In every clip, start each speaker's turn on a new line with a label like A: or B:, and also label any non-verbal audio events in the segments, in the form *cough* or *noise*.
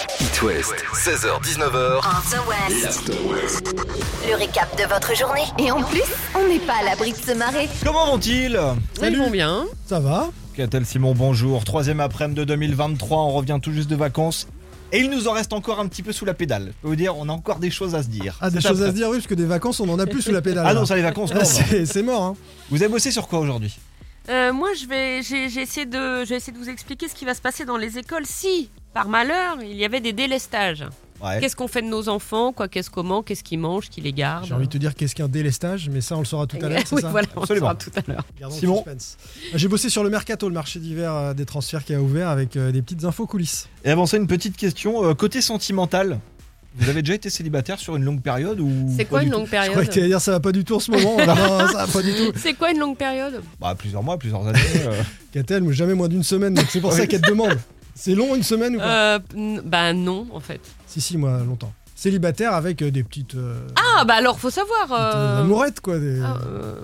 A: It West, 16h-19h,
B: After West.
A: l'After West.
B: Le récap de votre journée. Et en plus, on n'est pas à l'abri de se marrer.
C: Comment vont-ils
D: Ils vont bien.
E: Ça va
C: Catel Simon, bonjour. Troisième après-midi de 2023, on revient tout juste de vacances. Et il nous en reste encore un petit peu sous la pédale. Je peux vous dire, on a encore des choses à se dire.
E: Ah, des
C: C'est
E: choses à
C: après.
E: se dire, oui, parce que des vacances, on en a plus sous la pédale.
C: Ah non,
E: là.
C: ça les vacances, non,
E: Ah,
C: non.
E: *laughs* c'est c'est mort, hein.
C: Vous avez bossé sur quoi aujourd'hui
D: Euh, moi, je vais, j'ai, j'ai essayé de, j'ai essayé de vous expliquer ce qui va se passer dans les écoles si, par malheur, il y avait des délestages.
C: Ouais.
D: Qu'est-ce qu'on fait de nos enfants Quoi Qu'est-ce comment Qu'est-ce qu'ils mangent Qui les garde
E: J'ai envie de te dire qu'est-ce qu'un délestage, mais ça, on le saura tout à l'heure, c'est
D: oui,
E: ça
D: voilà, on
C: Absolument.
D: le saura tout à l'heure.
E: Gardons le
C: Simon.
E: suspense. J'ai bossé sur le mercato, le marché d'hiver euh, des transferts qui a ouvert avec euh, des petites infos coulisses.
C: Et avant ça, une petite question. euh, côté sentimental, vous avez déjà été célibataire sur une longue période ou
D: C'est
C: pas
D: quoi
C: du
D: une
C: tout
D: longue
E: Je croyais
D: période
E: que t'allais dire ça va pas du tout en ce
D: *laughs*
E: moment. Non, non, ça va pas du tout.
D: C'est quoi une longue période
C: Bah, plusieurs mois, plusieurs années.
D: *laughs*
C: euh.
E: Catel, mais jamais moins d'une semaine, donc c'est pour ça qu'elle te demande. C'est long une semaine ou pas
D: euh, n- Bah non, en fait.
E: Si, si, moi, longtemps. Célibataire avec euh, des petites. euh,
D: Ah bah alors, faut savoir.
E: petites, euh,
D: euh,
E: amourettes, quoi. des-
D: ah, euh,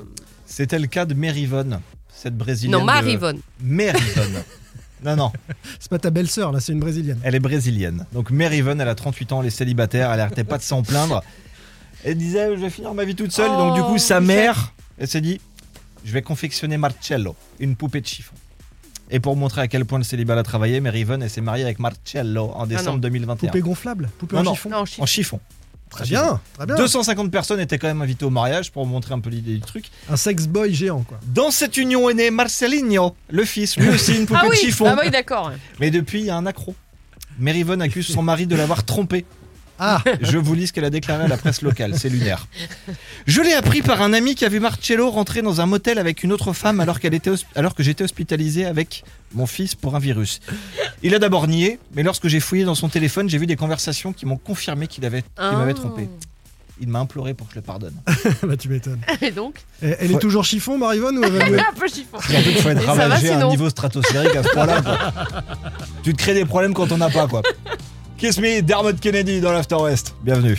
C: C'était le cas de Maryvonne, cette brésilienne.
D: Non, Marivonne.
C: de- Maryvonne. non, non.
E: C'est pas ta belle-sœur, là, c'est une brésilienne.
C: Elle est brésilienne. Donc Mary Yvonne, elle a 38 ans, elle est célibataire, elle arrêtait pas de s'en plaindre. Elle disait je vais finir ma vie toute seule. Donc du coup
D: Oh,
C: sa
D: Michel.
C: mère, elle s'est dit je vais confectionner Marcello, une poupée de chiffon. Et pour montrer à quel point le célibat l'a travaillé, Mary Yvonne, elle s'est mariée avec Marcello en décembre
D: Ah non.
C: 2021.
E: Poupée gonflable, poupée
C: Non,
E: en
C: non.
E: chiffon.
D: Non, je-
C: En chiffon.
E: Très bien, très
D: Ah,
E: bien.
C: 250 personnes étaient quand même invitées au mariage pour vous montrer un peu l'idée du truc.
E: Un sex boy géant, quoi.
C: Dans cette union est né Marcelinho, le fils, lui aussi une poupée
D: Ah
C: de
D: oui,
C: chiffon.
D: ah oui, d'accord.
C: Mais depuis, il y a un accro. Mary Yvonne accuse son mari de l'avoir trompé. *laughs*
E: Ah,
C: Je vous lis ce qu'elle a déclaré à la presse locale, c'est lunaire. Je l'ai appris par un ami qui a vu Marcello rentrer dans un motel avec une autre femme alors, qu'elle était hosp- alors que j'étais hospitalisé avec mon fils pour un virus. Il a d'abord nié, mais lorsque j'ai fouillé dans son téléphone, j'ai vu des conversations qui m'ont confirmé qu'il avait, qu'il m'avait
D: Oh.
C: trompé. Il m'a imploré pour que je le pardonne.
E: bah tu m'étonnes.
D: *laughs* Et donc
E: Elle, elle est
C: Ouais.
E: toujours chiffon, Marivonne, ou euh,
C: *laughs*
E: elle va mieux
D: Un peu chiffon.
C: Surtout qu'il faut être
D: Et ça va
C: ravagé à un
D: sinon
C: niveau stratosphérique à ce point-là. quoi. Tu te crées des problèmes quand on n'a pas, quoi. Kiss me, Dermot Kennedy dans l'After West. Bienvenue.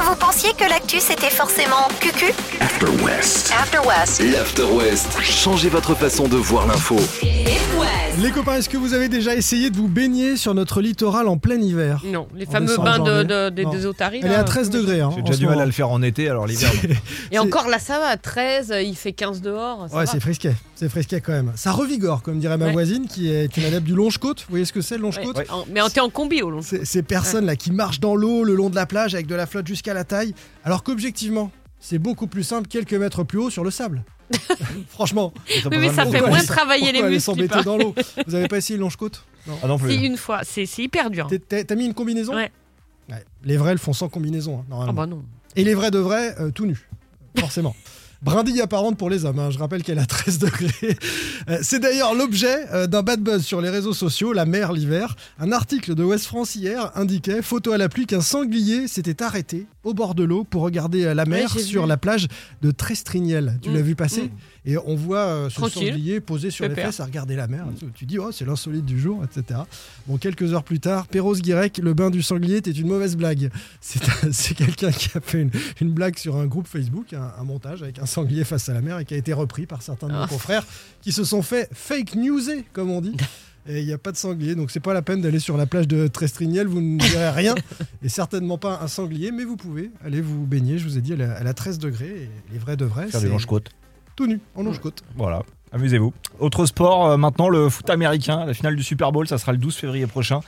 B: Vous pensiez que l'actu c'était forcément cucu
A: After West.
B: After West.
A: L'After West. Changez votre façon de voir l'info.
E: Les copains, est-ce que vous avez déjà essayé de vous baigner sur notre littoral en plein hiver
D: Non, les
E: On
D: fameux
E: descend
D: bains de,
E: aujourd'hui.
D: de- des-
E: Non.
D: des otaries.
E: Elle est
D: là.
E: à 13 degrés. Hein,
C: J'ai
E: en
C: déjà
E: ce
C: du mal à
E: moment.
C: le faire en été, alors l'hiver. non.
D: Et encore là, ça va, à 13, il fait 15 dehors. ça
E: Ouais,
D: va.
E: c'est frisquet. C'est frisquet quand même. Ça revigore, comme dirait ma
D: Ouais.
E: voisine, qui est une adepte du longe-côte. Vous voyez ce que c'est, le
D: Ouais.
E: longe-côte
C: Ouais.
D: En- mais en- t'es en combi au long.
E: C'est- Ces personnes-là qui marchent dans l'eau, le long de la plage, avec de la flotte jusqu'à la taille. Alors qu'objectivement, c'est beaucoup plus simple quelques mètres plus haut sur
C: *laughs*
E: le sable. Franchement,
D: Oui, mais ça fait
E: Pourquoi
D: moins
E: elle-
D: travailler les
E: pourquoi aller
D: muscles. il
E: s'embêter
D: paraît.
E: dans l'eau Vous avez pas essayé le longe-côte Non.
C: Ah non plus.
D: Si une fois, c'est c'est hyper dur.
E: T'es- t'es- T'as mis une combinaison
D: Ouais.
E: Ouais. Les vrais le font sans combinaison, hein,
D: Ah
E: normalement.
D: bah non.
E: Et les vrais de vrais, euh, tout nus,
D: *laughs*
E: forcément. Brindille apparente pour les hommes, hein. je rappelle qu'elle a 13 degrés. Euh, C'est d'ailleurs l'objet euh, d'un bad buzz sur les réseaux sociaux, la mer l'hiver. Un article de West France hier indiquait, photo à la pluie, qu'un sanglier s'était arrêté au bord de l'eau pour regarder euh, la mer
D: j'ai
E: sur
D: vu.
E: la plage de Trestrignel. Tu
D: Mm,
E: l'as vu passer Et on voit euh, ce
D: Tranquille.
E: sanglier posé sur les
D: Pépère.
E: fesses à regarder la mer. Tu dis, oh, c'est l'insolite du jour, etc. Bon, quelques heures plus tard, Perros Guirec, le bain du sanglier était une mauvaise blague. C'est *laughs* c'est quelqu'un qui a fait une, une blague sur un groupe Facebook, un, un montage avec un sanglier face à la mer et qui a été repris par certains de nos
D: Ah.
E: confrères qui se sont fait fake newser, comme on dit. Et il n'y a pas de sanglier, donc c'est pas la peine d'aller sur la plage de Trestrignel, vous ne verrez rien, et certainement pas un sanglier, mais vous pouvez aller vous baigner, je vous ai dit, elle a, elle a 13 degrés, et les vrais de vrais,
C: Faire
E: c'est
C: du longe-côte.
E: tout nu, en longe-côte.
C: Voilà. Amusez-vous. Autre sport, euh, maintenant le foot américain. La finale du Super Bowl, ça sera le 12 février prochain.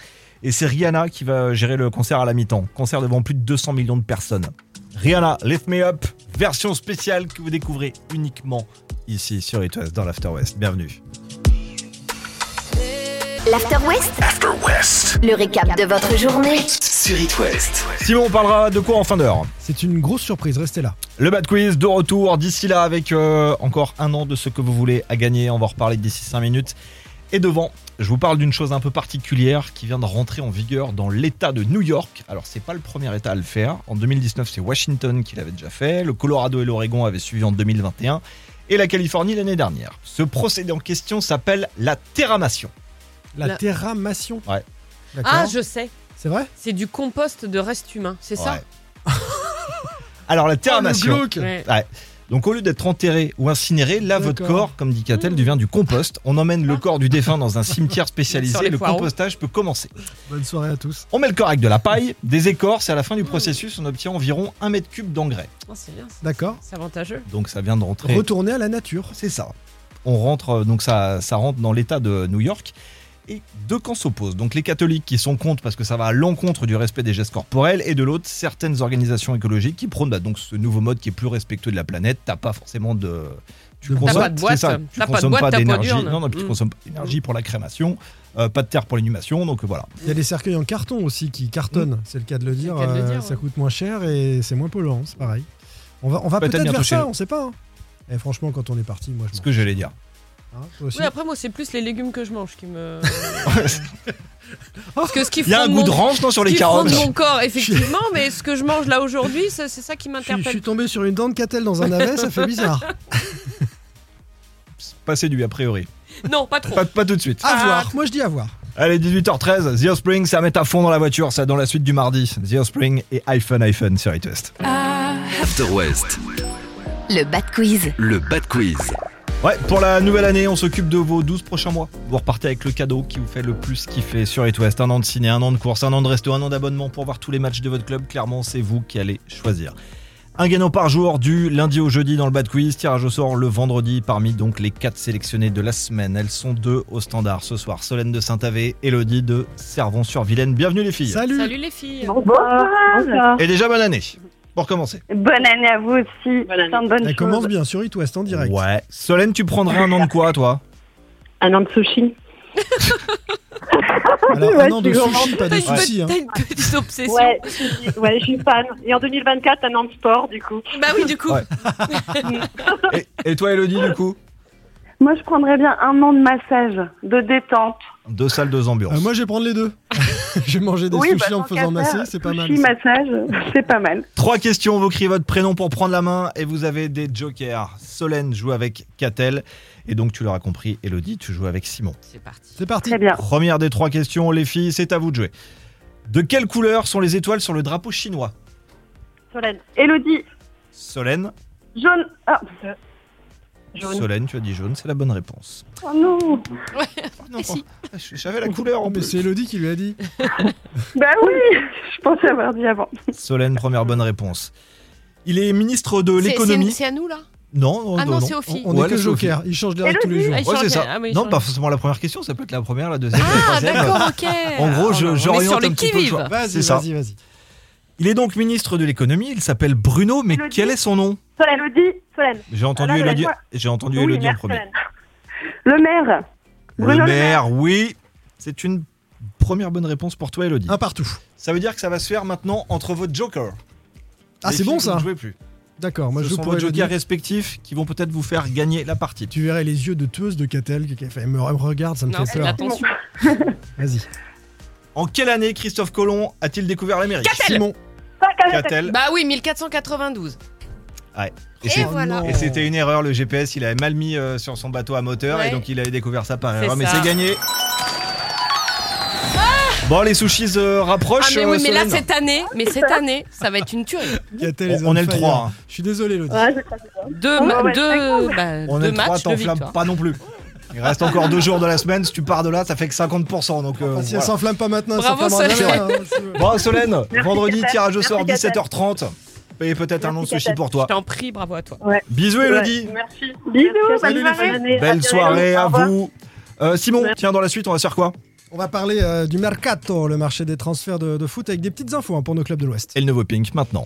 C: Et c'est Rihanna qui va gérer le concert à la mi-temps. Concert devant plus de 200 millions de personnes. Rihanna, Lift Me Up, version spéciale que vous découvrez uniquement ici sur It West, dans l'After West. Bienvenue.
B: L'After West,
A: After West.
B: le récap de votre journée.
A: Sur It West.
C: Simon, on parlera de quoi en fin d'heure
E: C'est une grosse surprise, restez là.
C: Le Bad Quiz de retour d'ici là avec euh, encore un an de ce que vous voulez à gagner. On va en reparler d'ici 5 minutes. Et devant, je vous parle d'une chose un peu particulière qui vient de rentrer en vigueur dans l'État de New York. Alors, c'est pas le premier État à le faire. En 2019, c'est Washington qui l'avait déjà fait. Le Colorado et l'Oregon avaient suivi en 2021. Et la Californie l'année dernière. Ce procédé en question s'appelle la terramation.
E: La,
D: La-
E: terramation.
C: Ouais.
E: D'accord.
D: Ah, je sais.
E: C'est vrai
D: C'est du compost de reste humain, c'est ça
C: Ouais. *laughs* Alors, la terramation.
E: Oh, le glauque.
D: Ouais.
C: Ouais. Donc au lieu d'être enterré ou incinéré, là votre
E: D'accord.
C: corps, comme dit Catel, devient du compost. On emmène le corps du défunt dans un cimetière
D: *laughs* Sur
C: spécialisé,
D: les
C: le
D: poireaux.
C: compostage peut commencer.
E: Bonne soirée à tous.
C: On met le corps avec de la paille, des écorces et à la fin du processus on obtient environ 1 mètre cube d'engrais.
D: Oh, c'est bien, ça.
E: D'accord.
D: c'est avantageux.
C: Donc ça vient de rentrer.
E: Retourner à la nature.
C: C'est ça. On rentre, euh, donc ça, ça rentre dans l'État de New York. Et deux camps s'opposent. Donc les catholiques qui sont contre parce que ça va à l'encontre du respect des gestes corporels, et de l'autre, certaines organisations écologiques qui prônent bah, donc ce nouveau mode qui est plus respectueux de la planète. T'as pas forcément de. Tu
E: De
C: consommes-
E: boîte.
D: T'as pas de boîte,
C: c'est ça, tu
D: t'as pas de
C: consommes
D: boîte,
C: pas
D: t'as pas
C: d'énergie.
D: d'urne.
C: Non, non, puis tu
D: Mm.
C: consommes pas d'énergie pour la crémation, euh, pas de terre pour l'inhumation, donc euh, voilà.
E: Il y a des cercueils en carton aussi qui cartonnent, c'est le cas de le dire.
D: Mm. le cas de le
E: euh,
D: dire,
E: Ça
D: ouais.
E: coûte moins cher et c'est moins polluant, c'est pareil. On va, on va
C: Peut-être
E: peut-être
C: bientôt
E: vers
C: chez
E: ça,
C: nous.
E: on sait pas. hein. Et franchement, quand on est parti, moi je
C: C'est
E: m'en
C: ce que j'allais dire.
E: fous, hein, toi aussi.
D: Oui, après, moi, c'est plus les légumes que je mange qui me. Parce que ce qu'ils
C: Il y a
D: font
C: un
D: de
C: goût
D: mon-
C: de range non, sur
D: ce
C: les
D: qu'ils font
C: carottes.
D: de mon corps, effectivement, mais ce que je mange là aujourd'hui, ça- c'est ça qui
E: je, suis, je suis
D: m'interpelle.
E: tombé sur une dent de catelle dans un navet, ça
D: *laughs*
E: fait bizarre.
C: Passez du a priori.
D: Non, pas trop.
C: Pas, pas tout de suite.
E: À
D: Ah.
E: voir, moi je dis à voir.
C: Allez, 18h13, The Offspring, ça met à fond dans la voiture, ça dans la suite du mardi. The Offspring et iPhone iPhone sur It West.
A: After West,
B: Le Bad Quiz.
A: le bad quiz.
C: Ouais, pour la nouvelle année, on s'occupe de vos 12 prochains mois. Vous repartez avec le cadeau qui vous fait le plus kiffer sur It West. Un an de ciné, un an de course, un an de resto, un an d'abonnement pour voir tous les matchs de votre club. Clairement, c'est vous qui allez choisir. Un gagnant par jour du lundi au jeudi dans le Bad Quiz. Tirage au sort le vendredi parmi donc les 4 sélectionnés de la semaine. Elles sont deux au standard ce soir. Solène de Saint-Avé, Elodie de Servon-sur-Vilaine. Bienvenue les filles.
E: Salut.
D: Salut les filles.
F: Bonsoir.
C: Et déjà bonne année. Pour commencer.
F: Bonne année à vous aussi.
G: Bonne année.
F: Plein de bonnes
E: Elle commence
F: choses.
E: bien sur It West en direct.
C: Ouais. Solène, tu prendrais un an de quoi, toi
G: Un an de sushi.
E: Alors, un
G: Ouais,
E: an de
G: c'est
E: sushi, pas de
D: T'as une,
E: soucis. hein.
D: t'as une petite obsession.
G: Ouais, sushi. ouais, je suis fan. Et en 2024, un an de sport, du coup.
D: Bah oui, du coup.
C: Ouais. et, et toi, Elodie, du coup
F: Moi, je prendrais bien un an de massage, de détente.
C: Deux salles, deux ambiances.
E: Euh, moi je vais prendre
C: *laughs*
E: les deux. je vais manger des
F: oui,
E: sushis
F: bah,
E: en me
F: tant qu'à
E: faisant
F: faire,
E: masser, c'est pas mal.
F: sushi,
E: ça.
F: massage, *laughs* c'est pas mal.
C: Trois questions, vous criez votre prénom pour prendre la main et vous avez des jokers. Solène joue avec Catel et donc tu l'auras compris, Elodie, tu joues avec Simon.
D: C'est parti.
E: C'est parti.
F: Très bien.
C: Première des trois questions, les filles, c'est à vous de jouer. De quelle couleur sont les étoiles sur le drapeau chinois
G: Solène.
F: Elodie,
C: Solène,
F: jaune. Ah,
G: Jaune.
C: Solène, tu as dit jaune, c'est la bonne réponse.
F: oh non.
C: Non,
D: Eh si.
C: Je savais la couleur en
E: Ah Mais
C: plus.
E: c'est Elodie qui lui a dit.
F: Bah oui, je pensais avoir dit avant.
C: Solène, première bonne réponse. Il est ministre de
D: C'est- C'est
C: l'économie.
D: c'est à nous là
C: Non, non,
D: Ah
C: non.
D: non, c'est aux
E: On,
D: filles.
E: on
C: Ouais,
E: est que
C: la Sophie.
E: joker, il change les règles tous les jours.
D: Ah, il
C: Ouais,
D: change
C: c'est
D: les-
C: ça.
D: ah, mais il
C: non,
D: change
C: pas forcément la première question, ça peut être la première, la deuxième, la
D: Ah,
C: *laughs* troisième.
D: d'accord, ok.
C: En gros,
D: Ah,
C: je-
D: on est
C: j'oriente
D: sur
C: un
D: le
C: petit peu le
D: qui-vive.
C: choix.
E: Vas-y,
C: C'est ça.
E: vas-y, vas-y.
C: Il est donc ministre de l'économie, il s'appelle Bruno, mais
F: Elodie.
C: quel est son nom
G: Solène.
F: Elodie, Solène.
C: J'ai entendu
F: Ah, là,
C: Elodie,
F: là, là.
C: j'ai entendu
G: Oui,
C: Elodie en
G: merci,
C: premier.
G: Solène.
F: Le maire.
C: Le
F: Bruno
C: maire,
F: Le Maire.
C: oui. C'est une première bonne réponse pour toi, Elodie.
E: Un partout.
C: Ça veut dire que ça va se faire maintenant entre vos jokers.
E: Ah,
C: Les
E: c'est bon
C: filles, vous
E: ça
C: ne jouez plus.
E: D'accord, moi
C: Ce
E: je joue
C: sont
E: pour
C: vos
E: Elodie.
C: jokers respectifs qui vont peut-être vous faire gagner la partie.
E: Tu verrais les yeux de tueuse de Catel qui qui fait elle me elle me regarde, ça me
D: Non,
E: fait
D: c'est de
E: peur.
D: l'attention.
E: Vas-y.
C: En quelle année Christophe Colomb a-t-il découvert l'Amérique
D: Catel
E: Simon.
C: Catel.
D: Bah oui, 1492.
C: Oh, Et c'est-
D: Et voilà.
C: Et c'était une erreur, le GPS, il avait mal mis euh, sur son bateau à moteur
D: Ouais.
C: et donc il avait découvert ça par
D: C'est
C: erreur, mais
D: ça.
C: c'est gagné. bon, les sushis euh,
D: Ah
C: rapprochent.
D: mais oui,
C: euh,
D: mais là
C: Solène.
D: cette année, mais cette année, ça va être une tuerie.
E: Catel
C: on, on est le 3. hein.
E: Je suis désolé Elodie.
G: Ouais, je crois que-
D: Deux,
G: Oh,
D: ma-
G: ouais,
D: deux, bah,
C: On
D: deux
C: est le 3,
D: matchs, deux
C: t'enflamme
D: victoires.
C: pas non plus. Il reste encore deux jours de la semaine, si tu pars de là, ça fait que 50%. Donc, euh,
E: Ah, si elle
C: voilà.
E: s'enflamme pas maintenant, elle
D: Bravo,
E: s'enflammera jamais.
D: Solène.
E: hein, si tu veux.
C: Bon, Solène,
G: Merci,
C: vendredi,
G: Catel.
C: tirage au
G: Merci,
C: sort,
G: Catel.
C: 17h30. Et peut-être un long
G: Merci,
C: sushi
G: Catel.
C: pour toi.
D: Je t'en prie, bravo à toi.
C: Bisous,
G: Ouais.
C: Elodie.
G: Merci.
F: Bisous,
G: Merci,
F: bonne
G: Solène.
F: soirée.
G: année.
C: Belle
G: Bonne
C: soirée
G: Au
C: à
G: revoir.
C: vous. Euh, Simon,
G: Merci.
C: tiens, dans la suite, on va se faire quoi
E: On va parler euh, du mercato, le marché des transferts de, de foot avec des petites infos hein, pour nos clubs de l'Ouest.
C: Et le nouveau Pink maintenant.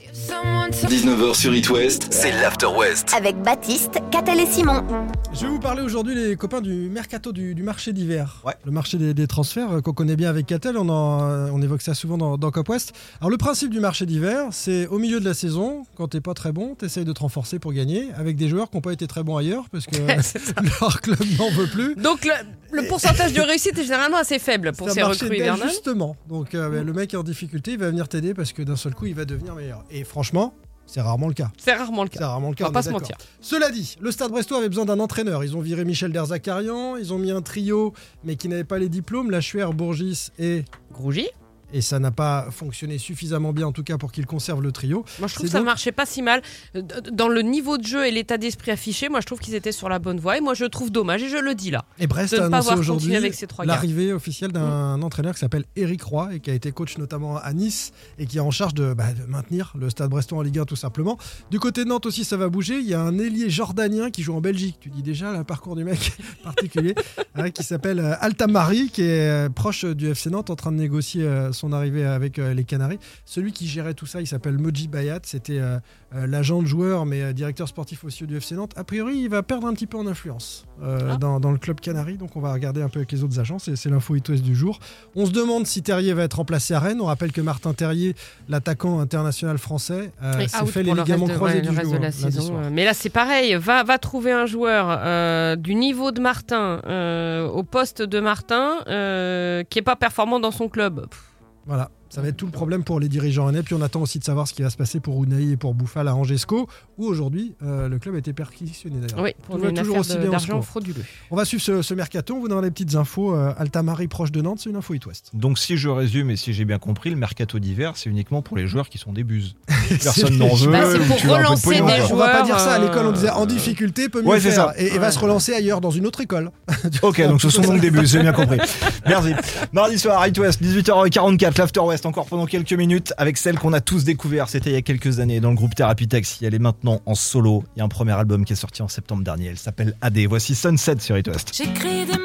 A: 19h sur It West, c'est l'After West.
B: Avec Baptiste, Catel et Simon.
E: Je vais vous parler aujourd'hui, les copains, du mercato du, du marché d'hiver.
C: Ouais.
E: Le marché des, des transferts euh, qu'on connaît bien avec Catel, on, en, euh, on évoque ça souvent dans, dans Cop West. Alors, le principe du marché d'hiver, c'est au milieu de la saison, quand t'es pas très bon, t'essayes de te renforcer pour gagner avec des joueurs qui n'ont pas été très bons ailleurs
D: *laughs*
E: parce que
D: C'est ça.
E: *laughs* leur club n'en veut plus.
D: *laughs* Donc le, le pourcentage de réussite est généralement assez faible pour
E: C'est
D: ces
E: un marché
D: recrues hivernales. Mm.
E: d'ajustement. Donc, euh, bah, le mec est en difficulté, il va venir t'aider parce que d'un seul coup, il va devenir meilleur. Et franchement, c'est rarement le cas.
D: C'est rarement le
E: C'est
D: cas.
E: rarement
D: On
E: le cas.
D: va
E: on
D: pas
E: est
D: se
E: d'accord.
D: mentir.
E: Cela dit, le Stade Brestois avait besoin d'un entraîneur. Ils ont viré Michel Derzakarian, ils ont mis un trio, mais qui n'avait pas les diplômes, Lachuer, Bourgis et
D: Grougy
E: et ça n'a pas fonctionné suffisamment bien, en tout cas pour qu'il conserve le trio.
D: Moi, je trouve
E: C'est
D: que ça
E: donc-
D: marchait pas si mal. Euh, d- Dans le niveau de jeu et l'état d'esprit affiché, moi, je trouve qu'ils étaient sur la bonne voie. Et moi, je trouve dommage, et je le dis là,
E: Et Brest
D: de
E: a
D: ne pas
E: annoncé
D: avoir
E: aujourd'hui
D: continué avec ces trois gars.
E: l'arrivée officielle d'un entraîneur qui s'appelle Eric Roy et qui a été coach notamment à Nice et qui est en charge de, bah, de maintenir le Stade Brestois en Ligue 1 tout simplement. Du côté de Nantes aussi ça va bouger. Il y a un ailier jordanien qui joue en Belgique. Tu dis déjà le parcours du mec *laughs* particulier hein, qui s'appelle euh, Altamari qui est euh, proche du FC Nantes en train de négocier euh, son arrivée avec euh, les Canaries. Celui qui gérait tout ça il s'appelle Moji Bayat. C'était euh, euh, l'agent de joueur mais euh, directeur sportif aussi du FC Nantes. A priori il va perdre un petit peu en influence euh,
D: Ah.
E: dans, dans le club Canari. Donc on va regarder un peu avec les autres agences et c'est l'info itouest du jour. On se demande si Terrier va être remplacé à Rennes. On rappelle que Martin Terrier, l'attaquant international français, euh,
D: Et
E: s'est
D: out
E: fait les
D: pour le reste
E: ligaments
D: de-
E: croisés
D: ouais,
E: du
D: le reste
E: genou,
D: de la
E: hein, lundi
D: saison.
E: soir.
D: Euh, Mais là, c'est pareil. Va, va trouver un joueur euh, du niveau de Martin, euh, au poste de Martin, euh, qui est pas performant dans son club. Pff,
E: Voilà, ça va être tout le problème pour les dirigeants rennais. Puis on attend aussi de savoir ce qui va se passer pour Unai et pour Bouffal à Angesco, où aujourd'hui euh, le club a été perquisitionné d'ailleurs.
D: oui, pour
E: On va
D: une
E: toujours
D: affaire
E: aussi
D: de-
E: bien au
D: d'argent
E: score.
D: frauduleux.
E: On va suivre ce, ce mercato, on vous donnera des petites infos. Euh, Altamari proche de Nantes, c'est une info It West.
C: Donc si je résume et si j'ai bien compris, le mercato d'hiver, c'est uniquement pour les joueurs qui sont des
D: *laughs*
C: buses.
E: C'est-
C: Personne n'en veut.
D: Bah, c'est
C: ou
D: pour
C: tu veux un peu de
D: relancer
C: pognon,
D: des
C: quoi.
E: On va pas
D: joueurs,
E: dire ça à l'école, on disait en
C: euh,
E: difficulté peut mieux
C: ouais, c'est
E: faire
C: ça.
E: et, et va
D: Ouais.
E: se relancer ailleurs dans une autre école. *laughs*
C: Ok, donc ce sont donc des buts, j'ai bien compris. Merci. Mardi soir, Right West, 18h44, l'After West, encore pendant quelques minutes, avec celle qu'on a tous découvert, c'était il y a quelques années, dans le groupe Therapy Taxi. Elle est maintenant en solo. Il y a un premier album qui est sorti en septembre dernier, elle s'appelle AD. Voici Sunset sur It West.
H: J'écris des mots.